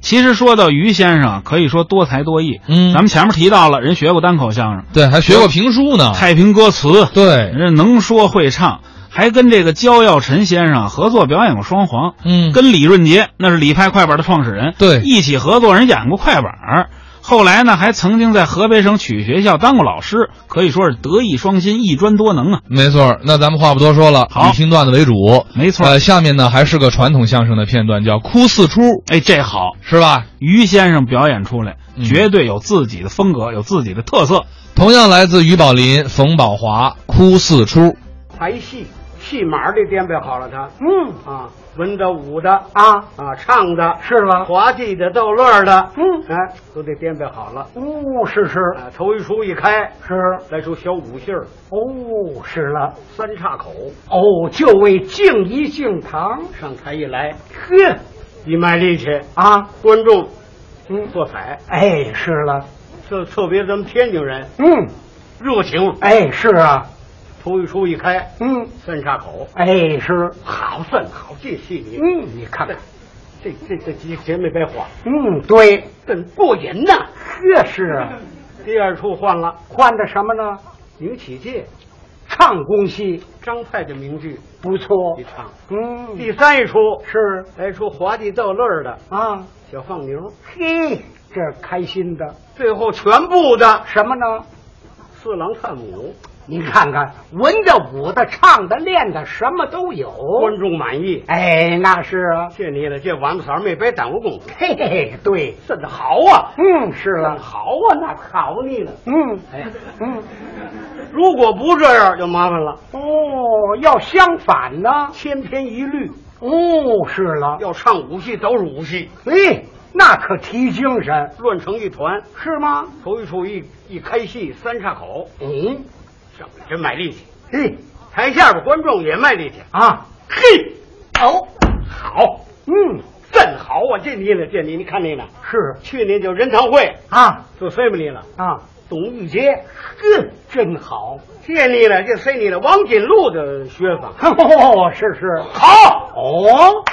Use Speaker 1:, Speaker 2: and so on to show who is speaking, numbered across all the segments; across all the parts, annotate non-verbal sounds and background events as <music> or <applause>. Speaker 1: 其实说到于先生啊，可以说多才多艺。
Speaker 2: 嗯
Speaker 1: 咱们前面提到了，人学过单口相声、
Speaker 2: 对，还学过评书呢。
Speaker 1: 太平歌词，
Speaker 2: 对，
Speaker 1: 人家能说会唱，还跟这个焦耀臣先生啊合作表演过双簧，
Speaker 2: 嗯，
Speaker 1: 跟李润杰那是李派快板的创始人，
Speaker 2: 对
Speaker 1: 一起合作，人演过快板儿。后来呢，还曾经在河北省曲艺学校当过老师，可以说是德艺双馨、一专多能啊。
Speaker 2: 没错儿。那咱们话不多说了，
Speaker 1: 好
Speaker 2: 以听段子为主。
Speaker 1: 没错
Speaker 2: 呃，下面呢还是个传统相声的片段，叫《哭四出》，
Speaker 1: 哎，这好，
Speaker 2: 是吧？
Speaker 1: 于先生表演出来，
Speaker 2: 嗯
Speaker 1: 绝对有自己的风格，有自己的特色。
Speaker 2: 同样来自于宝林、冯宝华，《哭四出》。
Speaker 3: 排戏，戏码儿得颠表好了他。嗯啊，文的、武的啊啊，唱的是吧？滑稽的、逗乐儿的，嗯，哎，都得颠表好了。哦，是是。啊，头一出一开是来出小武戏儿。哦，是了，三岔口。哦，就为敬一敬堂。上台一来，呵，一卖力气啊，观众，嗯，喝彩。哎，是了，特特别咱们天津人，嗯，热情。哎，是啊。头一出一开，嗯，三岔口，哎，是好分好这戏里，嗯，你看看，这这这几节没白花，嗯，对，真过瘾呐，这是啊。第二处换了，换的什么呢？女起介，唱功戏，张派的名剧，不错，一唱，嗯。第三一出是来出滑稽逗乐的啊，小放牛，嘿，这开心的。最后全部的什么呢？四郎探母，你看看，文的、武的、唱的、练的，什么都有，观众满意。哎，那是啊，谢你了，这王八嫂没白耽误工夫。嘿嘿，对，真的好啊，嗯，是了，好啊，那考你了，嗯，哎，嗯，如果不这样就麻烦了。哦，要相反呢，千篇一律。哦，是了，要唱武戏都是武戏，哎，那可提精神，乱成一团，是吗？头一出一一开戏，三岔口，嗯，上来真卖力气，嘿，台下边观众也卖力气哎啊，嘿，哦，好，嗯，真好啊，这你了，这你，你看你了，是去年就人堂会啊，做 family 了啊。董玉杰，呵，真好，谢你了，这随你了。王锦路的学法，哦，是是，好哦。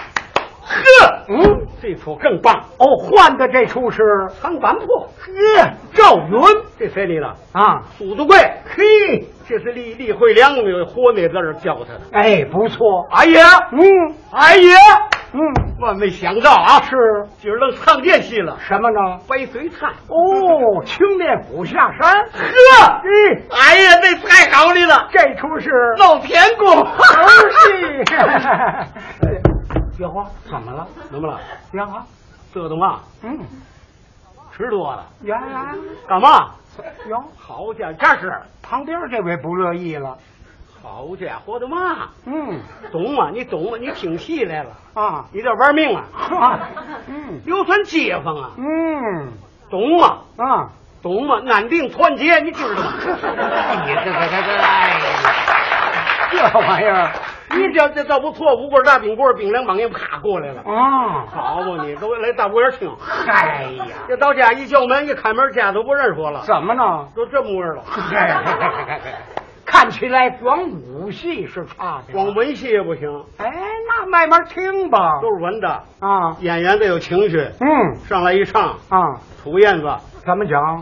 Speaker 3: 呵，嗯，这出更棒哦！换的这出是《苍板破》，呵，赵云，这谁你了啊？苏子贵，嘿，这是李李慧良那豁那字儿教他的。哎，不错，哎呀，嗯，哎呀，嗯，万没想到啊，是今儿愣唱这戏了，什么呢？掰随菜哦，青面虎下山，呵，嗯，哎呀，这太好你了，这出是哦老田工， <laughs> 是。雪花，怎么了？怎么了？雪花，啊这的嘛？嗯，吃多了。呀呀，干嘛？哟，好家伙，这是旁边这位不乐意了。好家伙的嘛！嗯，懂吗？你懂吗？啊你听戏来了啊？你这玩命啊？ <laughs> 啊，嗯，硫酸街坊啊？嗯，懂吗？啊，懂吗？安定团结，你知 <laughs> 道吗？哎呀，这这这这，哎呀，这玩意儿。你这这倒不错，五棍大冰棍，冰凉梆硬，啪过来了。啊，好吧，你都来大锅眼听。 <laughs> 哎呀，这到家一叫门一开门，家都不认识我了。怎么呢？ <laughs> 都这模样了。看起来光武戏是差的，光文戏也不行。哎，那慢慢听吧，都是文的啊。演员得有情绪，嗯，上来一唱啊，土燕子怎么讲？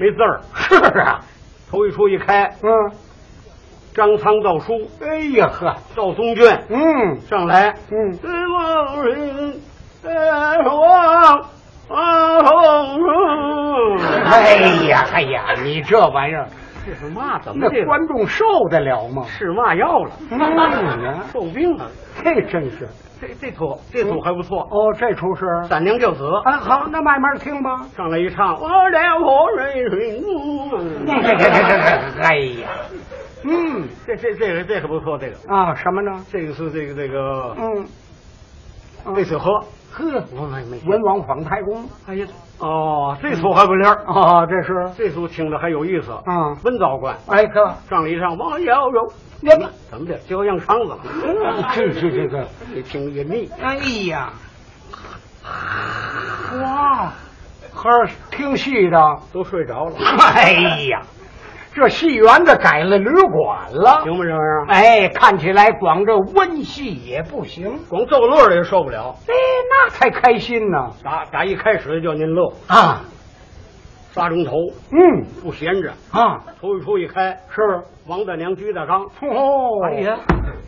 Speaker 3: 没字儿。是啊，头一出一开，嗯，张苍造书，哎呀呵，赵松俊，嗯，上来，嗯，醉梦人，哎我。啊嗯
Speaker 4: 哎呀，哎呀，你这玩意儿，
Speaker 3: 这是嘛？怎么
Speaker 4: 那
Speaker 3: 这
Speaker 4: 观众受得了吗？
Speaker 3: 是嘛药了？
Speaker 4: 嗯
Speaker 3: 受病了。
Speaker 4: 这真是。
Speaker 3: 这这出这出还不错，
Speaker 4: 哦，这出是。
Speaker 3: 三娘救子
Speaker 4: 啊，好，那慢慢听吧。
Speaker 3: 上来一唱，我的火水水。嗯
Speaker 4: 哎呀，嗯
Speaker 3: 这这这个这个不错，这个
Speaker 4: 啊，什么呢？
Speaker 3: 这个是这个这个
Speaker 4: 嗯，
Speaker 3: 魏水河。
Speaker 4: 呵，
Speaker 3: 我没没
Speaker 4: 文王访太公。
Speaker 3: 哎呀，哦，这出还不溜儿，
Speaker 4: 啊，这是。
Speaker 3: 这出听着还有意思。
Speaker 4: 嗯
Speaker 3: 温道观
Speaker 4: 哎哥，
Speaker 3: 上来一唱，王瑶柔，
Speaker 4: 你们
Speaker 3: 怎么的，交样肠子了？
Speaker 4: 这这这这，
Speaker 3: 你听也腻。
Speaker 4: 哎呀，哇，呵，听戏的。 <laughs>
Speaker 3: 都睡着了。
Speaker 4: 哎哎呀，这戏园子改了旅馆了，
Speaker 3: 行不行啊？
Speaker 4: 哎，看起来光这温戏也不行，
Speaker 3: 光揍乐儿的也受不了，
Speaker 4: 哎，那才开心呢
Speaker 3: 打打一开始就叫您乐，
Speaker 4: 啊，
Speaker 3: 仨钟头
Speaker 4: 嗯
Speaker 3: 不闲着，
Speaker 4: 啊，
Speaker 3: 头一出一开，
Speaker 4: 是，
Speaker 3: 王大娘、鞠大刚，
Speaker 4: 哦，
Speaker 3: 哎呀，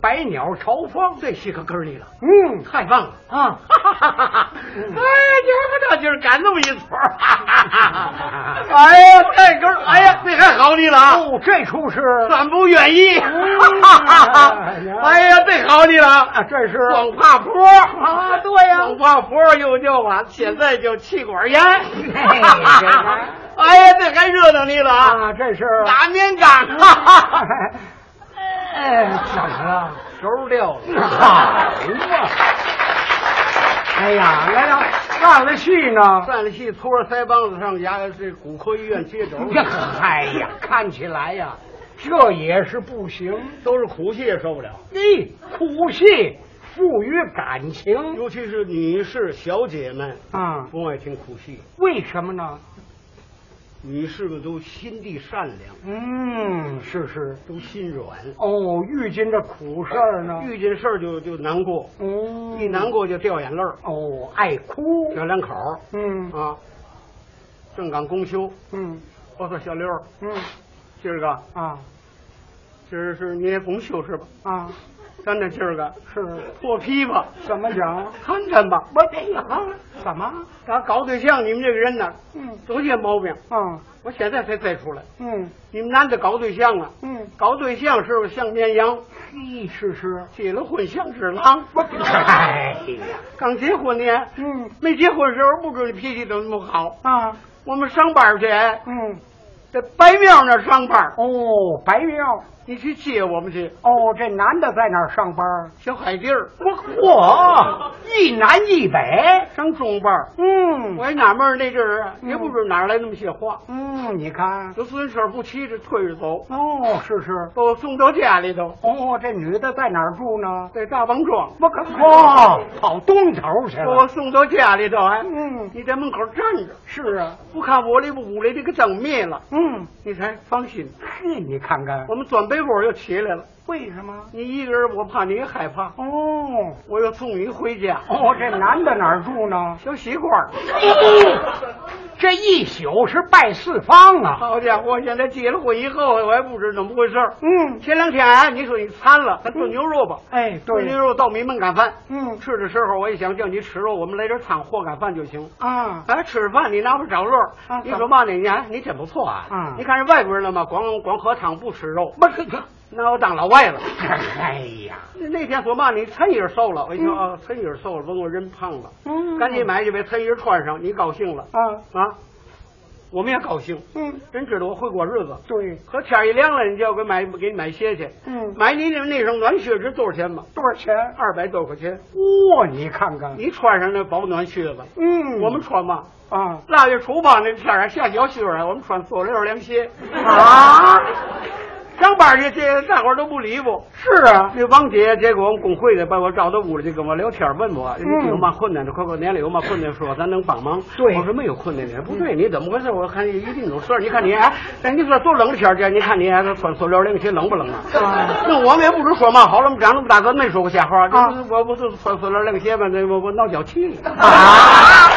Speaker 4: 百鸟朝凤，
Speaker 3: 这戏可根儿里了，
Speaker 4: 嗯
Speaker 3: 太棒了！ <laughs>
Speaker 4: 啊，
Speaker 3: 哈哈哈哈哈！哎，你还不到今儿赶那么一撮儿，哈哈哈哈哈！哎呀，这根儿，哎呀，这还好你了啊！
Speaker 4: 哦，这出是
Speaker 3: 咱不愿意，
Speaker 4: 嗯
Speaker 3: 哈哈哈！哎呀，这好你了
Speaker 4: 啊，
Speaker 3: 啊！
Speaker 4: 这是
Speaker 3: 广帕坡
Speaker 4: 啊对呀
Speaker 3: 广帕坡又叫啊，现在叫气管炎。
Speaker 4: 嘿这个
Speaker 3: 哎呀，这还热闹你了啊！
Speaker 4: 啊，这是
Speaker 3: 打面干，哈哈哈！
Speaker 4: <laughs> 哎，怎么了？
Speaker 3: 轴掉了，啊
Speaker 4: 哎呀，来了，看了戏呢。
Speaker 3: 散了气，搓着腮帮子上牙，这骨科医院接轴。
Speaker 4: 这嗨呀，看起来呀，这也是不行。
Speaker 3: 都是苦戏也受不了，
Speaker 4: 咦，苦戏赋予感情
Speaker 3: 尤其是女士小姐们
Speaker 4: 啊？
Speaker 3: 不爱听苦戏，
Speaker 4: 为什么呢？
Speaker 3: 女士们都心地善良，
Speaker 4: 嗯，是是。
Speaker 3: 都心软，
Speaker 4: 哦，遇见这苦事儿呢，
Speaker 3: 遇见事儿就就难过，
Speaker 4: 哦，
Speaker 3: 一难过就掉眼泪儿，
Speaker 4: 哦，爱哭。
Speaker 3: 小两口儿
Speaker 4: 嗯
Speaker 3: 啊，正赶公休，
Speaker 4: 嗯
Speaker 3: 我说小六儿，
Speaker 4: 嗯
Speaker 3: 今儿个
Speaker 4: 啊
Speaker 3: 今儿是你也甭休是吧？
Speaker 4: 啊，
Speaker 3: 咱这今儿个
Speaker 4: 是
Speaker 3: 破批吧，
Speaker 4: 怎么讲？
Speaker 3: 看看吧。
Speaker 4: 我哎呀，怎么？
Speaker 3: 咱搞对象，你们这个人呐，
Speaker 4: 嗯
Speaker 3: 总些毛病，
Speaker 4: 啊
Speaker 3: 我现在才猜出来，
Speaker 4: 嗯
Speaker 3: 你们男的搞对象啊，
Speaker 4: 嗯，
Speaker 3: 搞对象是不是像绵羊？
Speaker 4: 嘿，是是。
Speaker 3: 结了婚像只狼。
Speaker 4: 哎呀，
Speaker 3: 刚结婚呢，
Speaker 4: 嗯
Speaker 3: 没结婚的时候不准脾气都那么好。
Speaker 4: 啊
Speaker 3: 我们上班去，
Speaker 4: 嗯，
Speaker 3: 在白庙那儿上班，
Speaker 4: 哦，白庙
Speaker 3: 你去接我们去。
Speaker 4: 哦，这男的在哪儿上班？
Speaker 3: 小海地儿
Speaker 4: 我嚯，一南一北。
Speaker 3: 哎上中班，
Speaker 4: 嗯
Speaker 3: 我也纳闷儿那阵儿啊，
Speaker 4: 嗯
Speaker 3: 也不知哪儿来那么些话。
Speaker 4: 嗯，你看，
Speaker 3: 就自行车不骑着推着走，
Speaker 4: 哦，是是。
Speaker 3: 把我送到家里头，
Speaker 4: 哦，这女的在哪儿住呢？
Speaker 3: 在大王庄，
Speaker 4: 我可哦，跑东头去
Speaker 3: 把我
Speaker 4: 了。
Speaker 3: 送到家里头哎，
Speaker 4: 嗯，
Speaker 3: 你在门口站着，
Speaker 4: 是啊，
Speaker 3: 不看我这屋里这个灯灭了，
Speaker 4: 嗯，
Speaker 3: 你才放心。
Speaker 4: 嘿，你看看，
Speaker 3: 我们钻被窝又起来了，
Speaker 4: 为什么？
Speaker 3: 你一个人我怕你也害怕，
Speaker 4: 哦
Speaker 3: 我又送你回家。
Speaker 4: 哦，这男的哪儿住呢？
Speaker 3: 小西瓜， <laughs>
Speaker 4: 这一宿是拜四方啊。
Speaker 3: 好家伙，现在结了婚以后，我也不知怎么回事儿。
Speaker 4: 嗯，
Speaker 3: 前两天啊你说你馋了，咱炖牛肉吧。
Speaker 4: 哎，
Speaker 3: 炖牛肉稻米焖干饭，
Speaker 4: 嗯
Speaker 3: 吃的时候我也想叫你吃肉，我们来点汤和干饭就行。
Speaker 4: 啊，
Speaker 3: 哎，吃饭你拿不着肉儿
Speaker 4: 啊，
Speaker 3: 你说嘛呢？你还你真不错啊！
Speaker 4: 啊
Speaker 3: 你看人外国人了嘛，光光喝汤不吃
Speaker 4: <laughs>
Speaker 3: 肉，
Speaker 4: 不是这，
Speaker 3: 那我当老外
Speaker 4: <laughs>
Speaker 3: 了。
Speaker 4: 哎呀，
Speaker 3: 那那天说嘛，你陈姨瘦了，我一听
Speaker 4: 嗯
Speaker 3: 啊，陈姨瘦了，问我人胖了，
Speaker 4: 嗯
Speaker 3: 赶紧买去呗，陈姨穿上，你高兴了
Speaker 4: 啊，
Speaker 3: 啊，我们也高兴，
Speaker 4: 嗯，
Speaker 3: 人知道我会过日子。
Speaker 4: 对，
Speaker 3: 可天儿一凉了，人家要给买给你买鞋去，
Speaker 4: 嗯，
Speaker 3: 买你那那双暖靴子多少钱吧？
Speaker 4: 多少钱？
Speaker 3: 二百多块钱，
Speaker 4: 哇，你看看，
Speaker 3: 你穿上那保暖靴子，
Speaker 4: 嗯，
Speaker 3: 我们穿嘛，
Speaker 4: 啊
Speaker 3: 腊月初八那天儿还下小雪儿啊，我们穿塑料凉鞋。 <laughs>
Speaker 4: 啊，
Speaker 3: 上班去，这大伙儿都不理我。
Speaker 4: 是啊，
Speaker 3: 那王姐，结果我们工会的把我招到屋里去跟我聊天，问我
Speaker 4: 嗯
Speaker 3: 你有嘛困难的，快快年里有嘛困难说，咱能帮忙。
Speaker 4: 对嗯
Speaker 3: 我说没有困难的，不对，你怎么回事？我看一定有事儿。你看你，哎，哎你说多冷的天儿这，你看你还穿塑料凉鞋冷不冷啊？
Speaker 4: 啊
Speaker 3: 那我们也不知说嘛好，我们长那么大个没说过瞎话。
Speaker 4: 啊
Speaker 3: 这不是我不是穿塑料凉鞋嘛，那我我闹脚气了。
Speaker 4: 啊。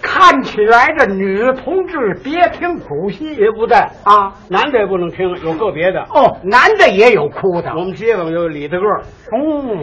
Speaker 4: 看起来这女同志别听苦
Speaker 3: <laughs>
Speaker 4: 戏
Speaker 3: 也不带
Speaker 4: 啊！
Speaker 3: 男的也不能听，有个别的。
Speaker 4: 哦，男的也有哭的
Speaker 3: 我们街坊有李大个儿，不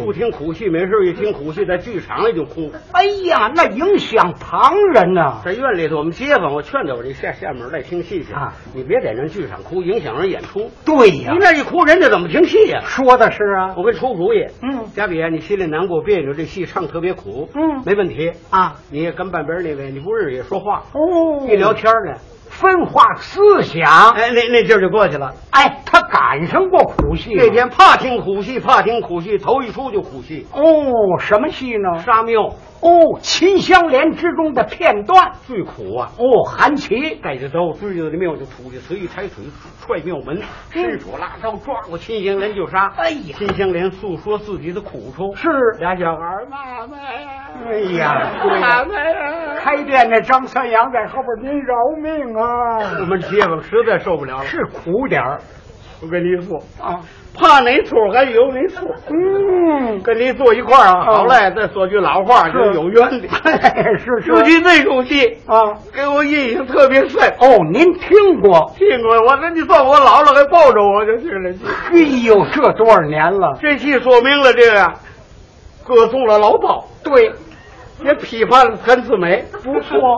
Speaker 4: 哦。
Speaker 3: 听苦戏没事，一听苦戏在剧场里就哭。
Speaker 4: 哎呀，那影响旁人呐、
Speaker 3: 在院里头，我们街坊，我劝他，我这下下面来听戏去
Speaker 4: 啊
Speaker 3: 你别在人剧场哭，影响人演出。
Speaker 4: 对
Speaker 3: 你
Speaker 4: 呀、
Speaker 3: 那一哭，人家怎么听戏呀、
Speaker 4: 说的是啊。
Speaker 3: 我给你出主意，
Speaker 4: 嗯
Speaker 3: 贾比啊，你心里难过别扭，这戏唱特别苦，
Speaker 4: 嗯
Speaker 3: 没问题。
Speaker 4: 啊，
Speaker 3: 你也跟半边那位，你不认识也说话，
Speaker 4: 哦
Speaker 3: 一聊天呢，
Speaker 4: 分化思想，
Speaker 3: 哎，那那劲儿就过去了。
Speaker 4: 哎，他赶上过苦戏吗
Speaker 3: 那天怕听苦戏，怕听苦戏，头一出就苦戏，
Speaker 4: 哦，什么戏呢？
Speaker 3: 沙缪
Speaker 4: 哦，《秦香莲》之中的片段。
Speaker 3: 最苦啊。
Speaker 4: 哦，韩琦，
Speaker 3: 带着刀追着那庙就出去，随意抬腿踹庙门，伸手拉刀抓过秦香莲就杀。
Speaker 4: 嗯哎呀
Speaker 3: 秦香莲诉说自己的苦处，
Speaker 4: 是
Speaker 3: 俩小孩儿妈妈呀，
Speaker 4: 哎呀对呀
Speaker 3: 妈妈呀，
Speaker 4: 开店那张三阳在后边，您饶命啊！
Speaker 3: 我们街坊实在受不了了，
Speaker 4: 是苦点儿
Speaker 3: 我跟您说，
Speaker 4: 啊，
Speaker 3: 怕哪处还有哪处，
Speaker 4: 嗯，
Speaker 3: 跟您坐一块儿啊，
Speaker 4: 嗯
Speaker 3: 好赖。再说句老话，
Speaker 4: 是哎
Speaker 3: 就有冤
Speaker 4: <laughs>
Speaker 3: 理。
Speaker 4: 是是
Speaker 3: 尤其那出戏
Speaker 4: 啊。
Speaker 3: 给我印象特别深。
Speaker 4: 哦，您听过？
Speaker 3: 听过我说你算我老了，还抱着我就去了。
Speaker 4: 哎呦，这多少年了？
Speaker 3: 这戏说明了这个，各诉了老道，
Speaker 4: 对，
Speaker 3: 也批判了陈世美，不错。 <laughs>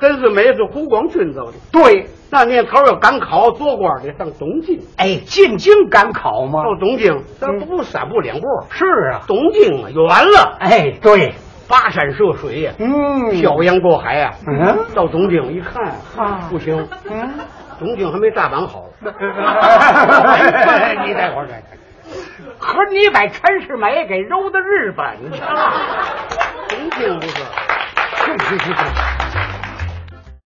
Speaker 3: 陈世美是湖广军走的，
Speaker 4: 对，
Speaker 3: 那年头要赶考做官的，上东京，
Speaker 4: 哎，进京赶考吗？
Speaker 3: 到东京，咱不三步两步。
Speaker 4: 是啊，
Speaker 3: 东京啊，远了，
Speaker 4: 哎，对，
Speaker 3: 跋山涉水呀、
Speaker 4: 嗯，
Speaker 3: 漂洋过海呀、
Speaker 4: 嗯
Speaker 3: 到东京一看，
Speaker 4: 啊
Speaker 3: 不行，
Speaker 4: 嗯，
Speaker 3: 东京还没大阪好。
Speaker 4: 哎
Speaker 3: 哎
Speaker 4: <laughs>
Speaker 3: 你待会儿再看。
Speaker 4: 可你把陈世美给揉到日本去了。
Speaker 3: 东京不是，
Speaker 4: 是是是是，